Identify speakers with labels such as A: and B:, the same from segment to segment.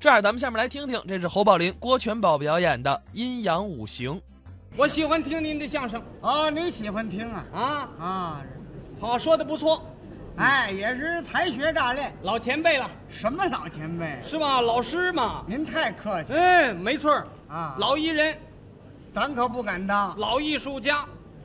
A: 这样，咱们下面来听听，这是侯宝林、郭全宝表演的《阴阳五行》。
B: 我喜欢听您的相声
C: 哦，你喜欢听啊？
B: 啊，
C: 啊，
B: 好说的不错，
C: 哎，也是才学乍练，
B: 老前辈了，
C: 什么老前辈？
B: 是吧？老师嘛，
C: 您太客气，
B: 嗯，没错儿
C: 啊
B: 老艺人，
C: 咱可不敢当，
B: 老艺术家，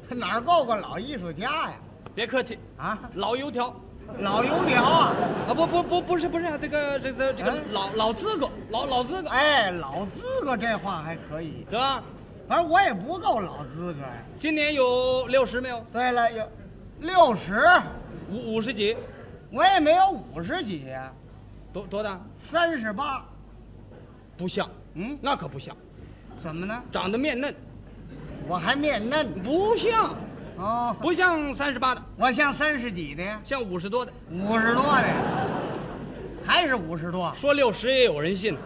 C: 哪儿够个老艺术家呀？
B: 别客气，
C: 啊，
B: 老油条
C: 老油条啊，
B: 啊，不不不，不是不是，这个这个这个
C: 哎
B: 老老资格，老老资格，
C: 哎，老资格这话还可以，
B: 是吧？
C: 反正我也不够老资格呀。
B: 今年有六十没有？
C: 对了，有六十，
B: 五五十几，
C: 我也没有五十几呀，
B: 多多大？
C: 三十八，
B: 不像，
C: 嗯，
B: 那可不像，
C: 怎么呢？
B: 长得面嫩，
C: 我还面嫩
B: 不像，
C: 哦，
B: 不像三十八的，
C: 我像三十几的呀。
B: 像五十多的。
C: 五十多的，还是五十多？
B: 说六十也有人信，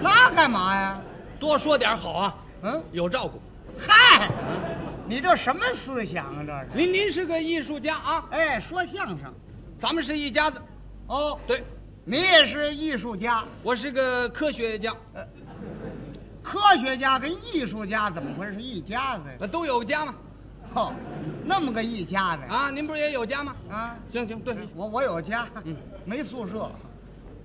C: 那干嘛呀？
B: 多说点好啊，
C: 嗯，
B: 有照顾。
C: 嗨，你这什么思想啊？这是？
B: 您您是个艺术家啊，
C: 哎，说相声，
B: 咱们是一家子。
C: 哦，
B: 对，
C: 你也是艺术家，
B: 我是个科学家，
C: 科学家跟艺术家怎么会是一家子呀？
B: 呃都有家嘛。
C: 哦，那么个一家子呀？
B: 啊，您不是也有家吗？
C: 啊，
B: 行行，对，
C: 我我有家
B: 嗯，
C: 没宿舍，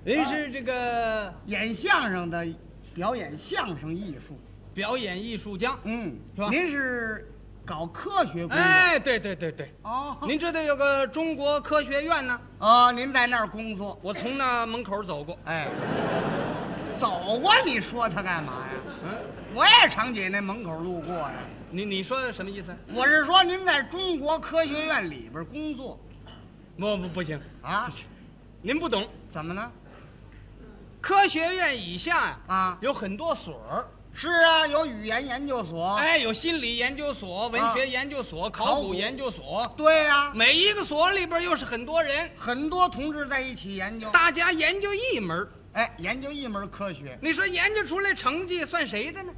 B: 您是这个
C: 演相声的，表演相声艺术，
B: 表演艺术家。
C: 嗯，
B: 是吧
C: 您是搞科学工作？
B: 哎，对对对对，
C: 哦，
B: 您知道有个中国科学院呢，
C: 哦，您在那儿工作？
B: 我从那门口走过。
C: 哎，走过，你说他干嘛呀？
B: 嗯，
C: 我也常姐那门口路过呀。
B: 你你说的什么意思？
C: 我是说，您在中国科学院里边工作
B: 不不不行，
C: 啊？
B: 您不懂，
C: 怎么呢？
B: 科学院以下呀、
C: 啊，
B: 有很多所儿，
C: 是啊，有语言研究所。，
B: 哎，有心理研究所、文
C: 啊
B: 学研究所、
C: 考
B: 考
C: 古
B: 古研究所，
C: 对呀、
B: 每一个所里边又是很多人，
C: 很多同志在一起研究。
B: 大家研究一门儿。
C: 哎，研究一门科学，
B: 你说研究出来成绩算谁的呢？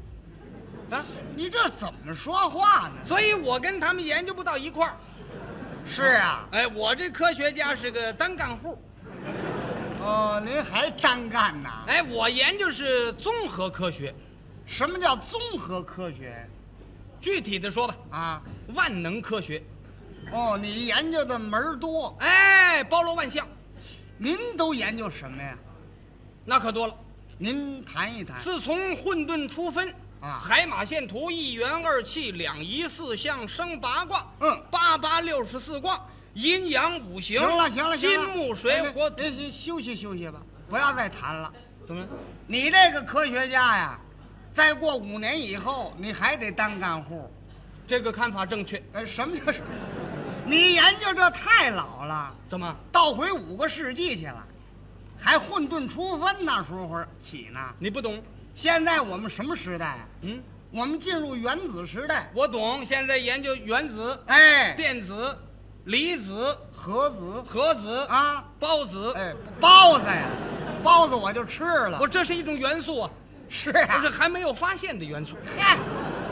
B: 啊，
C: 你这怎么说话呢？
B: 所以我跟他们研究不到一块儿。
C: 是啊，
B: 哎，我这科学家是个单干户，
C: 哦，您还单干呐？
B: 哎，我研究是综合科学，
C: 什么叫综合科学
B: 具体的说吧，
C: 啊？
B: 万能科学，
C: 哦，你研究的门儿多，
B: 哎，包罗万象，
C: 您都研究什么呀？
B: 那可多了。
C: 您谈一谈。
B: 自从混沌初分
C: 哎啊
B: 海马线图一元二气两仪四象生八卦，
C: 嗯
B: 八八六十四卦，阴阳五行。
C: 行了行了行
B: 金
C: 了，哎
B: 木水火土。嗯
C: 您您休息休息吧，不要再谈了。
B: 怎么了？
C: 你这个科学家呀，再过五年以后，你还得当干户。
B: 这个看法正确？
C: 哎，什么叫是？你研究这太老了，
B: 怎么？
C: 倒回五个世纪去了，还混沌初分那时候起呢。
B: 你不懂？
C: 现在我们什么时代啊？
B: 嗯，
C: 我们进入原子时代。
B: 我懂。现在研究原子、
C: 哎，
B: 电子、离子、
C: 核子
B: 核子、
C: 啊，
B: 孢子。
C: 哎，啊包子呀，包子我就吃了。
B: 我这是一种元素啊，
C: 是啊
B: 这是，还没有发现的元素，
C: 嗨，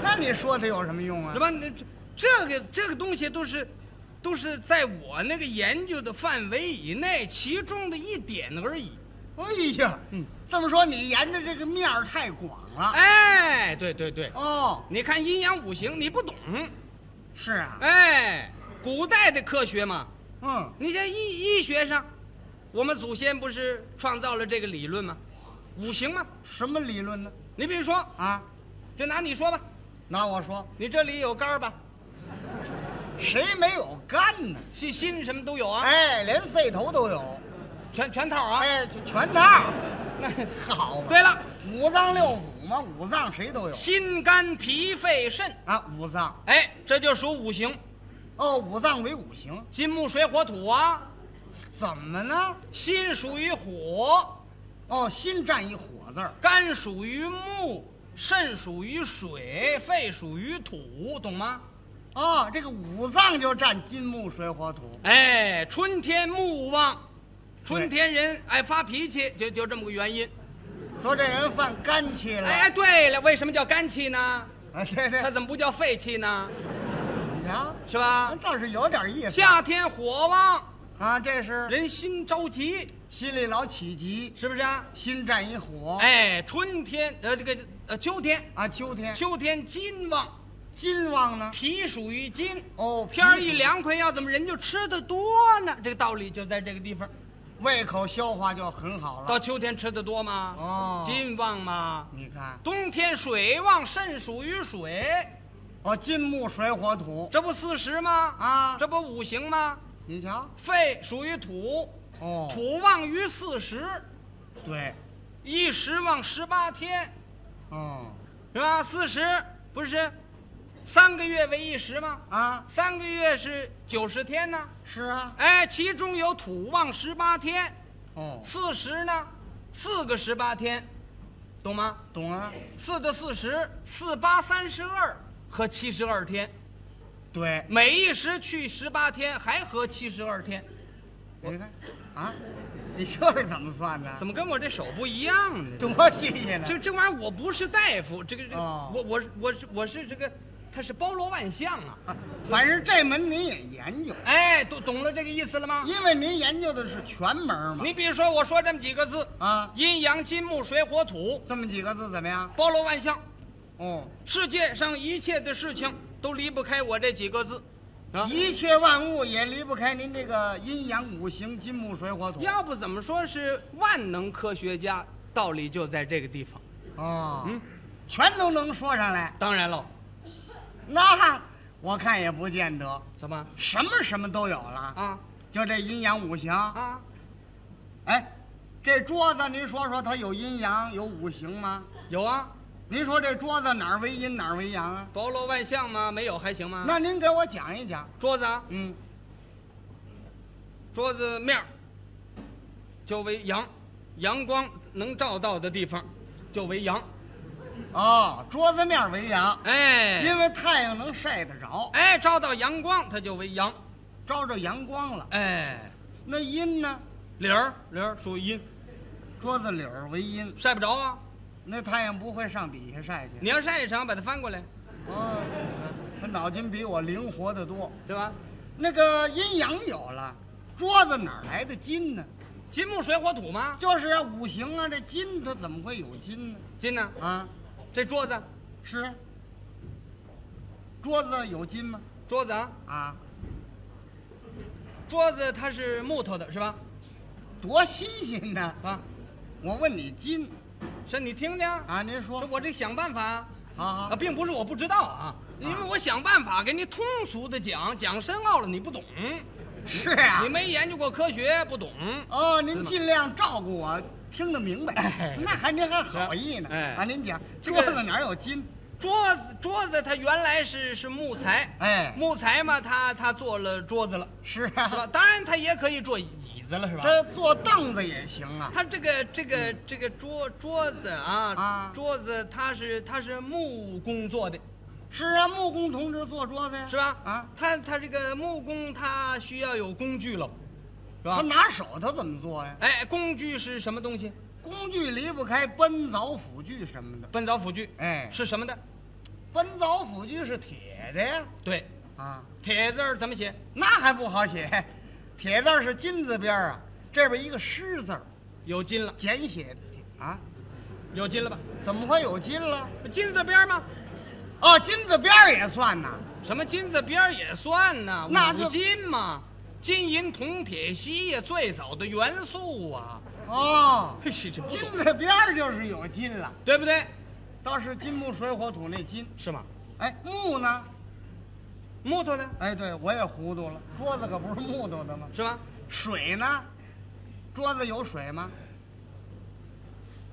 C: 那你说它有什么用啊
B: 是？吧？那这这个这个东西都是，都是在我那个研究的范围以内其中的一点而已。
C: 哎呀，
B: 嗯
C: 这么说你研的这个面儿太广了。
B: 哎，对对对，
C: 哦，
B: 你看阴阳五行，你不懂。
C: 是啊，
B: 哎，古代的科学嘛，
C: 嗯，
B: 你在医医学上，我们祖先不是创造了这个理论吗？五行吗？
C: 什么理论呢？
B: 你比如说，
C: 啊，
B: 就拿你说吧，
C: 那我说
B: 你这里有肝儿吧，
C: 谁没有肝呢？
B: 心心什么都有啊，
C: 哎，连肺头都有，
B: 全全套啊。
C: 哎，全套，
B: 那
C: 好嘛。
B: 对，了，
C: 五脏六腑嘛，五脏谁都有
B: 心肝脾肺肾，
C: 啊。五脏
B: 哎，这就属五行，
C: 哦，五脏为五行，
B: 金木水火土啊。
C: 怎么呢？
B: 心属于火，
C: 哦，心占一火字儿，
B: 肝属于木，肾属于水，肺属于土，懂吗？
C: 哦，这个五脏就占金木水火土。
B: 哎，春天木旺，春天人爱发脾气，就就这么个原因。
C: 说这人犯肝气了，
B: 哎，对了，为什么叫肝气呢？
C: 哎，对对，
B: 它怎么不叫肺气呢？
C: 你瞧，
B: 是吧？
C: 倒是有点意思
B: 夏天火旺，
C: 啊。这是
B: 人心着急，
C: 心里老起急，
B: 是不是啊？
C: 心战一火。
B: 哎，春天呃这个呃秋天，
C: 啊，秋天
B: 秋天金旺，
C: 金旺呢？
B: 脾属于金，
C: 哦，
B: 天儿
C: 脾
B: 一
C: 属，
B: 凉快，要怎么人就吃的多呢？这个道理就在这个地方。
C: 胃口消化就很好
B: 到
C: 了。
B: 秋天吃的多吗？
C: 哦
B: 金旺吗？
C: 你看，
B: 冬天水旺，肾属于水，
C: 哦，金木水火土
B: 这不四时吗？
C: 啊，
B: 这不五行吗？
C: 你瞧，
B: 肺属于土，
C: 哦，
B: 土旺于四时，
C: 对，
B: 一时旺十八天，
C: 哦，
B: 是吧？四时不是三个月为一时吗？
C: 啊，
B: 三个月是九十天呢。
C: 是啊，
B: 哎，其中有土旺十八天，
C: 哦，
B: 四时呢，四个十八天，懂吗？
C: 懂啊，
B: 四的四十，四八三十二和七十二天，
C: 对，
B: 每一时去十八天，还合七十二天，
C: 你看，啊，你这是怎么算的？
B: 怎么跟我这手不一样呢？
C: 多新鲜呢！
B: 这这玩意儿我不是大夫，这个这
C: 哦
B: 我我我是我是这个，他是包罗万象啊！
C: 啊反正这门你也研究，
B: 哎，懂懂了这个意思了吗？
C: 因为您研究的是全门嘛。
B: 你比如说，我说这么几个字：
C: 啊，
B: 阴阳金木水火土，
C: 这么几个字怎么样？
B: 包罗万象。
C: 哦，
B: 世界上一切的事情都离不开我这几个字，啊，
C: 一切万物也离不开您这个阴阳五行金木水火土。
B: 要不怎么说是万能科学家？道理就在这个地方。
C: 哦，
B: 嗯，
C: 全都能说上来，
B: 当然了，
C: 那我看也不见得，
B: 怎么
C: 什么什么都有了，
B: 啊
C: 就这阴阳五行。
B: 啊？
C: 哎，这桌子您说说它有阴阳有五行吗？
B: 有啊，
C: 您说这桌子哪儿为阴哪儿为阳啊？
B: 包罗万象吗？没有还行吗？
C: 那您给我讲一讲。
B: 桌子啊，
C: 嗯，
B: 桌子面儿就为阳，阳光能照到的地方就为阳。
C: 哦，桌子面儿为阳，
B: 哎
C: 因为太阳能晒得着，
B: 哎，照到阳光它就为阳。
C: 照着阳光了。
B: 哎，
C: 那阴呢？
B: 理儿理儿属于阴，
C: 桌子里儿为阴，
B: 晒不着啊。
C: 那太阳不会上底下晒去。
B: 你要晒一场，把它翻过来，
C: 哦，他脑筋比我灵活得多。
B: 对吧？
C: 那个阴阳有了，桌子哪儿来的金呢？
B: 金木水火土吗？
C: 就是啊，五行啊，这金它怎么会有金呢？
B: 金呢？
C: 啊，
B: 这桌子，
C: 是啊。桌子有金吗？
B: 桌子啊，
C: 啊，
B: 桌子它是木头的，是吧？
C: 多新鲜呢！
B: 啊，
C: 我问你金
B: 是你听听啊，
C: 啊，您说
B: 这，我这想办法啊
C: 好
B: 啊，
C: 好，
B: 并不是我不知道啊，因为我想办法给你通俗的讲，讲深奥了你不懂，
C: 是啊
B: 你。没研究过科学不懂。
C: 哦，您尽量照顾我，听得明白
B: 哎。
C: 那还您还好意呢。
B: 哎
C: 啊，您讲
B: 这
C: 桌
B: 个
C: 子哪儿有金？
B: 桌子桌子它原来是是木材，
C: 哎，
B: 木材嘛，它它做了桌子了，
C: 是
B: 是吧？
C: 啊，
B: 当然它也可以做椅子了，是吧？
C: 他坐凳子也行啊。
B: 它这个这个这个桌桌子啊，
C: 啊
B: 桌子它是它是木工做的，
C: 是啊，木工同志坐桌子呀。
B: 是吧？
C: 啊，
B: 它它这个木工它需要有工具喽，是
C: 他
B: 吧？
C: 拿手他怎么做呀？
B: 哎，工具是什么东西？
C: 工具离不开奔凿斧锯什么的。
B: 奔凿斧锯
C: 哎，
B: 是什么的？
C: 奔凿斧锯是铁的呀。
B: 对，
C: 啊，
B: 铁字儿怎么写？
C: 那还不好写，铁字儿是金字边儿啊，这边一个狮字儿，
B: 有金了，
C: 简写的铁啊，
B: 有金了吧？
C: 怎么会有金了？
B: 金字边儿吗？
C: 哦，金字边儿也算呐。
B: 什么金字边儿也算呐？
C: 那就
B: 五金嘛，金银铜铁锡呀，最早的元素啊，
C: 哦，
B: 嘿是这不
C: 金
B: 懂，
C: 字边儿就是有金了，
B: 对不对？
C: 倒是金木水火土那金。
B: 是吗？
C: 哎，木呢？
B: 木头呢？
C: 哎，对我也糊涂了，桌子可不是木头的吗？
B: 是吗？
C: 水呢？桌子有水吗？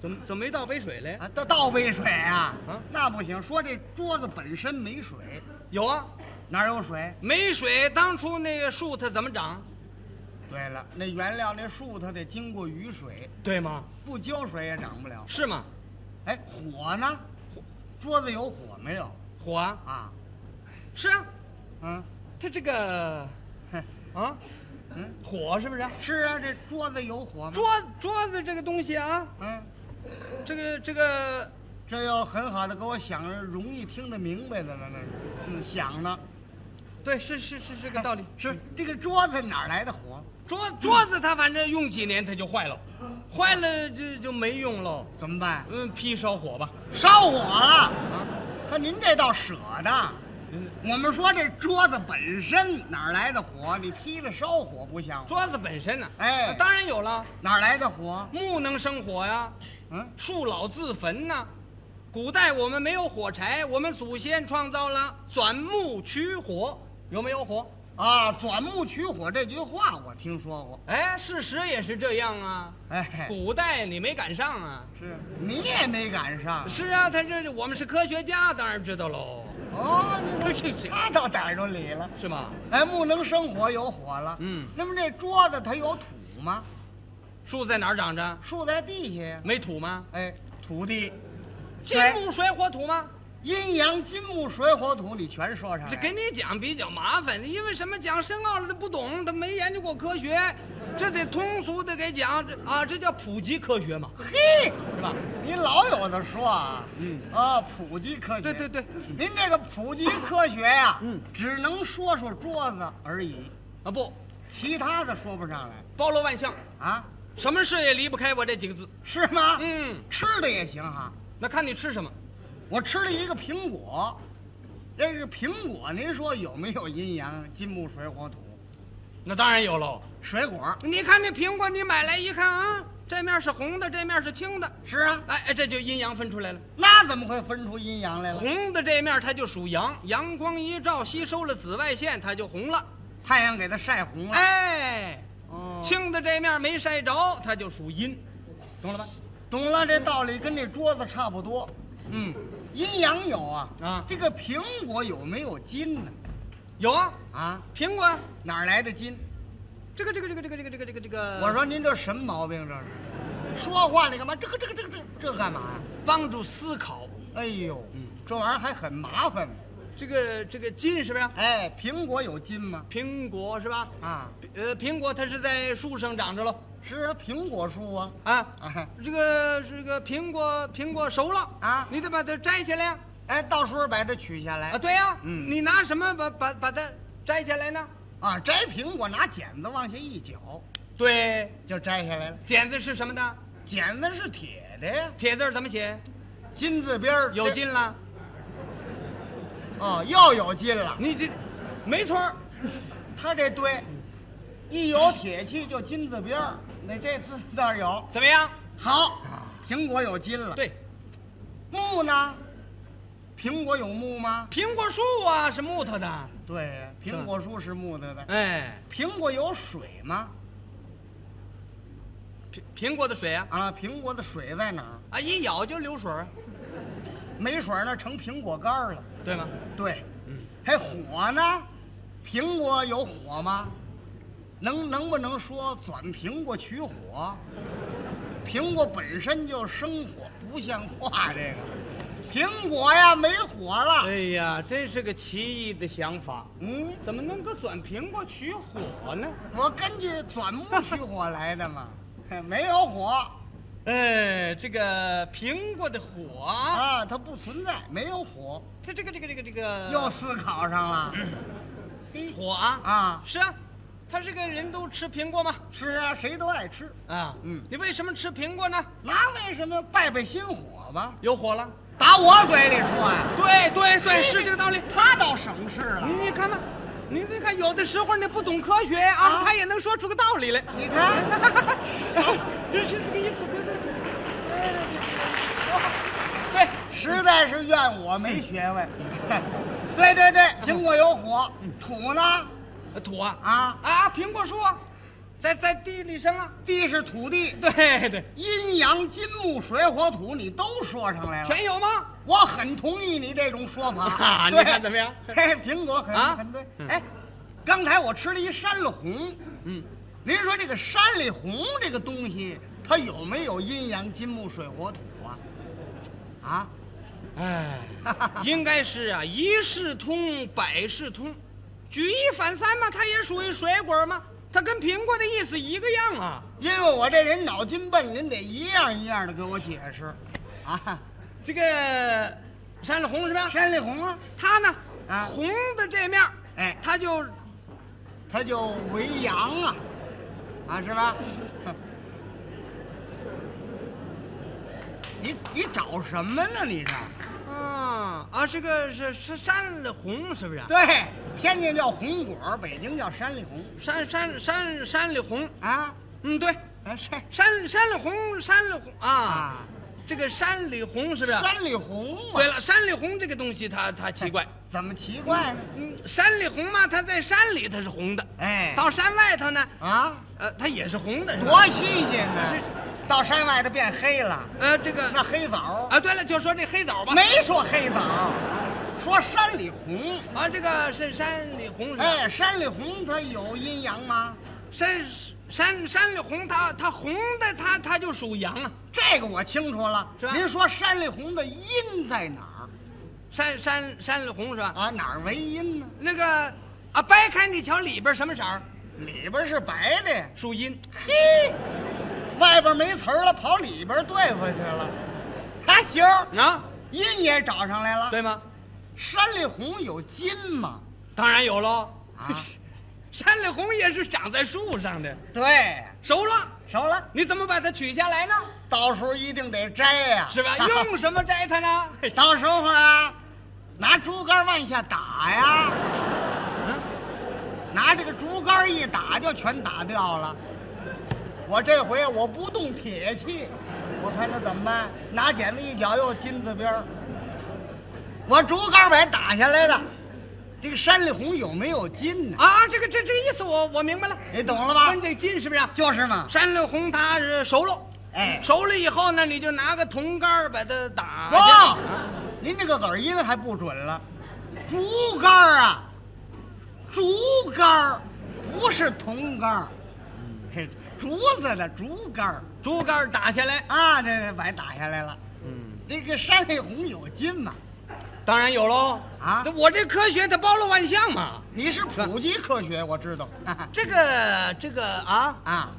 B: 怎么怎么没倒杯水嘞？
C: 啊，倒倒杯水啊？
B: 啊
C: 那不行，说这桌子本身没水，
B: 有啊，
C: 哪有水？
B: 没水，当初那个树它怎么长？
C: 对了，那原料那树它得经过雨水，
B: 对吗？
C: 不浇水也长不了。
B: 是吗？
C: 哎，火呢？火桌子有火没有？
B: 火啊，
C: 啊，
B: 是啊，
C: 嗯，
B: 它这个
C: 哼
B: 啊，
C: 嗯，
B: 火是不是？
C: 是啊，这桌子有火吗？
B: 桌桌子这个东西啊，
C: 嗯，
B: 这个这个
C: 这要很好的给我想容易听得明白的了，那是，嗯，想呢，
B: 对，是是是这个道理。
C: 是这个桌子哪儿来的活？
B: 桌桌子它反正用几年它就坏了，坏了就就没用喽。
C: 怎么办？
B: 嗯，劈烧火吧。
C: 烧火了！嗯
B: 啊，
C: 可您这倒舍得。我们说这桌子本身哪儿来的火？你劈了烧火不像话。
B: 桌子本身呢、
C: 哎
B: 当然有了，
C: 哪儿来的火？
B: 木能生火呀，
C: 嗯，
B: 树老自焚呐、古代我们没有火柴，我们祖先创造了钻木取火，有没有火？
C: 啊，钻木取火这句话我听说过。
B: 哎，事实也是这样啊。
C: 哎，
B: 古代你没赶上啊？
C: 是你也没赶上
B: 是啊，他这我们是科学家，当然知道喽。
C: 哦，你
B: 这这这
C: 他到逮着你了。
B: 是吗？
C: 哎，木能生火，有火了。
B: 嗯
C: 那么这桌子它有土吗？
B: 树在哪儿长着？
C: 树在地下呀。
B: 没土吗？
C: 哎，土地，
B: 金
C: 对
B: 木水火土吗？
C: 阴阳金木水火土，你全说上来。
B: 这给你讲比较麻烦，因为什么讲深奥了，他不懂，他没研究过科学，这得通俗的给讲，这啊，这叫普及科学嘛，
C: 嘿，
B: 是吧？
C: 你老有的说啊。
B: 嗯
C: 啊，普及科学。
B: 对对对，
C: 您这个普及科学呀、
B: 嗯
C: 只能说说桌子而已，
B: 啊不，
C: 其他的说不上来
B: 包罗万象，
C: 啊？
B: 什么事也离不开我这几个字。
C: 是吗？
B: 嗯，
C: 吃的也行哈。
B: 那看你吃什么，
C: 我吃了一个苹果，这个苹果，您说有没有阴阳金木水火土？
B: 那当然有喽。
C: 水果
B: 你看那苹果，你买来一看啊，这面是红的，这面是青的，
C: 是啊，
B: 哎哎，这就阴阳分出来了。
C: 那怎么会分出阴阳来了？
B: 红的这面它就属阳，阳光一照，吸收了紫外线，它就红了。
C: 太阳给它晒红了。
B: 哎，
C: 哦，
B: 青的这面没晒着，它就属阴。
C: 懂了吧？懂了，这道理跟这桌子差不多。嗯，阴阳有啊。
B: 啊
C: 这个苹果有没有金呢？
B: 有啊，
C: 啊，
B: 苹果，
C: 哪儿来的金？
B: 这个这个这个这个这个这个这个这个，
C: 我说您这什么毛病这是？说话你干嘛？这个这个这个这个这干嘛呀？
B: 帮助思考，
C: 哎呦，这玩意儿还很麻烦呢。
B: 这个这个金是不是？
C: 哎，苹果有金吗？
B: 苹果是吧？
C: 啊，
B: 呃，苹果它是在树上长着喽，
C: 是啊，苹果树啊。
B: 啊，
C: 啊，
B: 这个这个苹果苹果熟了
C: 啊
B: 你得把它摘下来呀、
C: 哎，到时候把它取下
B: 啊，
C: 来
B: 对呀、
C: 嗯
B: 你拿什么把把把它摘下来呢？
C: 啊，摘苹果拿剪子往下一绞
B: 对，
C: 就摘下来了。
B: 剪子是什么呢？
C: 剪子是铁的呀，
B: 铁字儿怎么写？
C: 金字边儿
B: 有金了，
C: 哦，又有金了。
B: 你这，没错儿
C: 他这堆，一有铁器就金字边儿，那这字那儿有。
B: 怎么样？
C: 好，苹果有金了。，
B: 啊对，
C: 木呢？苹果有木吗？
B: 苹果树啊是木头的，
C: 对
B: 啊
C: 呀，苹果树是木头的。
B: 哎，
C: 苹果有水吗？
B: 苹苹果的水啊，
C: 啊，苹果的水在哪儿？
B: 啊一咬就流水儿，
C: 没水儿那成苹果干儿了。
B: 对吗？
C: 对，还火呢？苹果有火吗？能能不能说转苹果取火？苹果本身就生火，不像话这个。苹果呀，没火了。
B: 哎呀，真是个奇异的想法，
C: 嗯，
B: 怎么能够转苹果取火呢？
C: 我根据钻木取火来的嘛， 没有火
B: 呃，这个苹果的火啊，
C: 啊，它不存在，没有火，
B: 它这个这个这个这个
C: 又思考上了。嘿
B: 火啊
C: 啊
B: 是啊，他这个人都吃苹果嘛，
C: 是啊，谁都爱吃，
B: 啊，
C: 嗯
B: 你为什么吃苹果呢？
C: 那为什么败败心火吧？
B: 有火了，
C: 打我嘴里说啊呀、
B: 对对对，
C: 嘿
B: 是这个道理。
C: 他倒省事了
B: 你。你看吧，你这看有的时候你不懂科学啊，
C: 啊
B: 他也能说出个道理来。
C: 你看，
B: 是是这个意思，对对对，对，
C: 实在是怨我没学问。对对对，苹果有火，
B: 嗯
C: 土呢？
B: 呃土啊
C: 啊，
B: 啊，苹果树啊，在在地里生啊，
C: 地是土地，
B: 对对，
C: 阴阳金木水火土，你都说上来了。
B: 全有吗？
C: 我很同意你这种说法。
B: 啊
C: 对
B: 你看怎么样
C: 嘿，苹果很、
B: 啊
C: 很对。
B: 嗯
C: 哎，刚才我吃了一山里红，
B: 嗯，
C: 您说这个山里红这个东西，它有没有阴阳金木水火土啊？啊？
B: 哎，应该是啊，一视通百视通，举一反三嘛，它也属于水果嘛，它跟苹果的意思一个样啊。
C: 因为我这人脑筋笨，您得一样一样的给我解释，啊，
B: 这个山里红是吧？
C: 山里红啊，
B: 它呢，
C: 啊
B: 红的这面儿
C: 哎，
B: 他就
C: 他就为阳啊，啊是吧？哼你你找什么呢？你这
B: 啊啊，是个是是山里红是不是啊？
C: 对，天津叫红果，北京叫山里红
B: 山山山山里红，
C: 啊，
B: 嗯对，
C: 啊山
B: 山山里红山里红啊
C: 啊
B: 这个山里红是不是啊？
C: 山里哎红嘛
B: 对，了，山里红这个东西它它奇怪，
C: 怎么奇怪呢？
B: 嗯，山里红嘛，它在山里它是红的，
C: 哎，
B: 到山外头呢，
C: 啊，
B: 呃，它也是红的，是吧
C: 多新鲜呢
B: 是！
C: 到山外头变黑了，
B: 呃，这个
C: 那黑枣
B: 啊，对了，就说这黑枣吧，
C: 没说黑枣，说山里红。
B: 啊，这个是山里红是吧？
C: 哎，山里红它有阴阳吗？
B: 山山山里红它它红的它它就属阳啊，
C: 这个我清楚了
B: 是吧。啊
C: 您说山里红的阴在哪
B: 山山山里红是吧？
C: 儿啊？哪儿为阴呢？
B: 那个啊，掰开你瞧里边什么色儿？
C: 里边是白的，
B: 属阴。
C: 嘿，外边没词儿了，跑里边对付去了。还行，
B: 啊，
C: 阴也找上来了。
B: 对吗？
C: 山里红有金吗？
B: 当然有喽。
C: 啊，
B: 山里红也是长在树上的，
C: 对，
B: 熟了，
C: 熟了。
B: 你怎么把它取下来呢？
C: 到时候一定得摘呀、
B: 是 吧？用什么摘它呢？嘿
C: 到时候啊，拿竹竿往下打呀，
B: 嗯
C: 拿这个竹竿一打就全打掉了。我这回我不动铁器，我看他怎么办？拿剪子一绞，又金字边儿。我竹竿把它打下来的，这个山里红有没有金呢？
B: 啊，这个这这意思我我明白了，
C: 你懂了吧
B: 问？这筋是不是啊？
C: 就是嘛，
B: 山里红它是熟了，
C: 哎，
B: 熟了以后呢，你就拿个铜杆儿把它打下
C: 哇
B: 去。啊，
C: 您这个耳音还不准了，竹竿儿啊，竹竿儿不是铜竿儿，嘿，竹子的竹竿儿
B: 竹竿儿打下来，
C: 啊，这这把打下来了。
B: 嗯，
C: 这个山里红有金嘛？
B: 当然有喽。
C: 啊
B: 这，我这科学它包罗万象嘛。
C: 你是普及科学，我知道。哈哈
B: 这个这个啊，
C: 啊，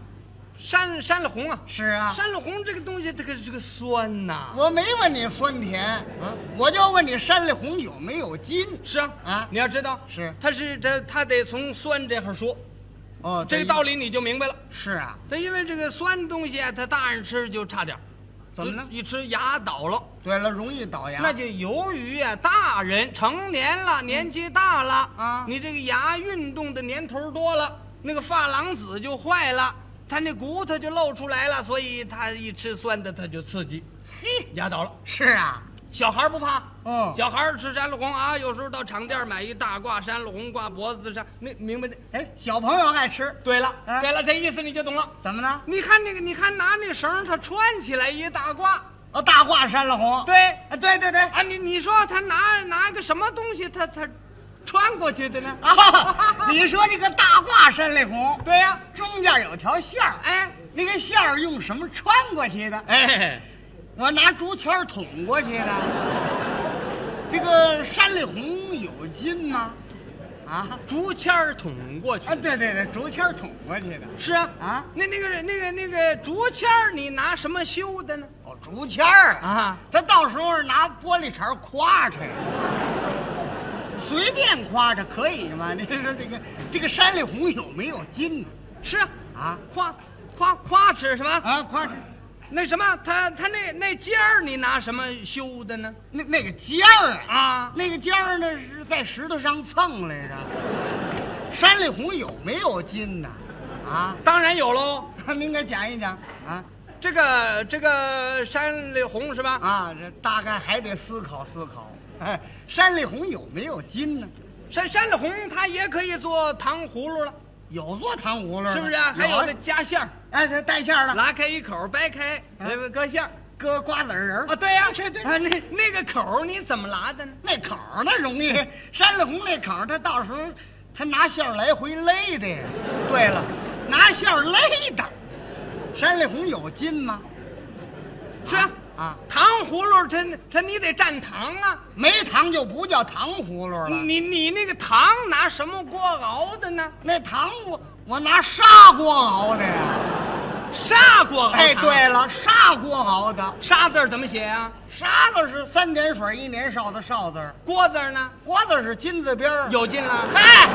B: 山山里红啊，
C: 是啊，
B: 山里红这个东西，这个这个酸呐、
C: 我没问你酸甜，
B: 啊，
C: 我就问你山里红有没有金？
B: 是啊，
C: 啊
B: 你要知道，
C: 是
B: 它是它它得从酸这块说，
C: 哦，
B: 这个道理你就明白了。
C: 是啊，
B: 它因为这个酸东西啊，它大人吃就差点儿
C: 怎么了
B: 一吃牙倒了，
C: 对了，容易倒牙。
B: 那就由于啊，大人成年了，年纪大了
C: 啊
B: 你这个牙运动的年头多了，那个珐琅质就坏了，他那骨头就露出来了，所以他一吃酸的他就刺激，
C: 嘿，
B: 牙倒了。
C: 是啊，
B: 小孩儿不怕，
C: 嗯，
B: 小孩儿吃山里红啊，有时候到厂店买一大挂山里红挂脖子上，那明白这？
C: 哎，小朋友爱吃，
B: 对了，
C: 啊
B: 对了，这意思你就懂了。
C: 怎么了？
B: 你看那个，你看拿那绳儿他穿起来一大挂，
C: 哦，大褂山了红。，
B: 对
C: 啊，对对对，
B: 啊，你你说他拿拿个什么东西他他穿过去的呢？
C: 啊， 你说这个大褂山了红，
B: 对呀、
C: 中间有条线儿，
B: 哎
C: 那个线儿用什么穿过去的？
B: 哎，
C: 我拿竹签儿捅过去的。这个山里红有筋吗？啊
B: 竹签儿捅过去
C: 啊，。对对对，竹签儿捅过去的。
B: 是啊，
C: 啊
B: 那那个那个那个竹签儿，你拿什么修的呢？
C: 哦，竹签儿啊，
B: 啊，
C: 他到时候拿玻璃碴儿夸着，随便夸着可以吗？你说这个这个山里红有没有筋呢？
B: 是啊，
C: 啊
B: 夸夸夸指什么？
C: 啊，夸着。
B: 那什么，他他那那尖儿，你拿什么修的呢？
C: 那那个尖儿啊，
B: 啊，
C: 那个尖儿呢是在石头上蹭来着。山里红有没有筋呢？啊，
B: 当然有喽。
C: 您给讲一讲啊
B: 这个这个山里红是吧？
C: 啊，这大概还得思考思考。哎，山里红有没有筋呢？
B: 山山里红它也可以做糖葫芦了，
C: 有做糖葫芦的
B: 是不是、啊？还有
C: 啊
B: 那夹馅儿，
C: 哎，它带馅儿的，
B: 拉开一口，掰开，呃搁馅儿。
C: 搁瓜子仁儿
B: 啊，对呀、
C: 嗯 对对
B: 啊，那那个口儿你怎么拉的呢？
C: 那口儿那容易，山里红那口儿，他到时候他拿线儿来回勒的呀。对了，拿线儿勒的。山里红有筋吗？
B: 是啊，
C: 啊，
B: 糖葫芦它它你得蘸糖啊。
C: 没糖就不叫糖葫芦了。
B: 你你那个糖拿什么锅熬的呢？
C: 那糖我我拿砂锅熬的呀。
B: 砂哦砂锅熬
C: 哎，
B: 汤
C: 对了，砂锅熬的，
B: 沙字儿怎么写啊？
C: 沙子是三点水一年少的少字儿，
B: 锅字儿呢？
C: 锅子是金字边儿。
B: 有劲了。
C: 嗨，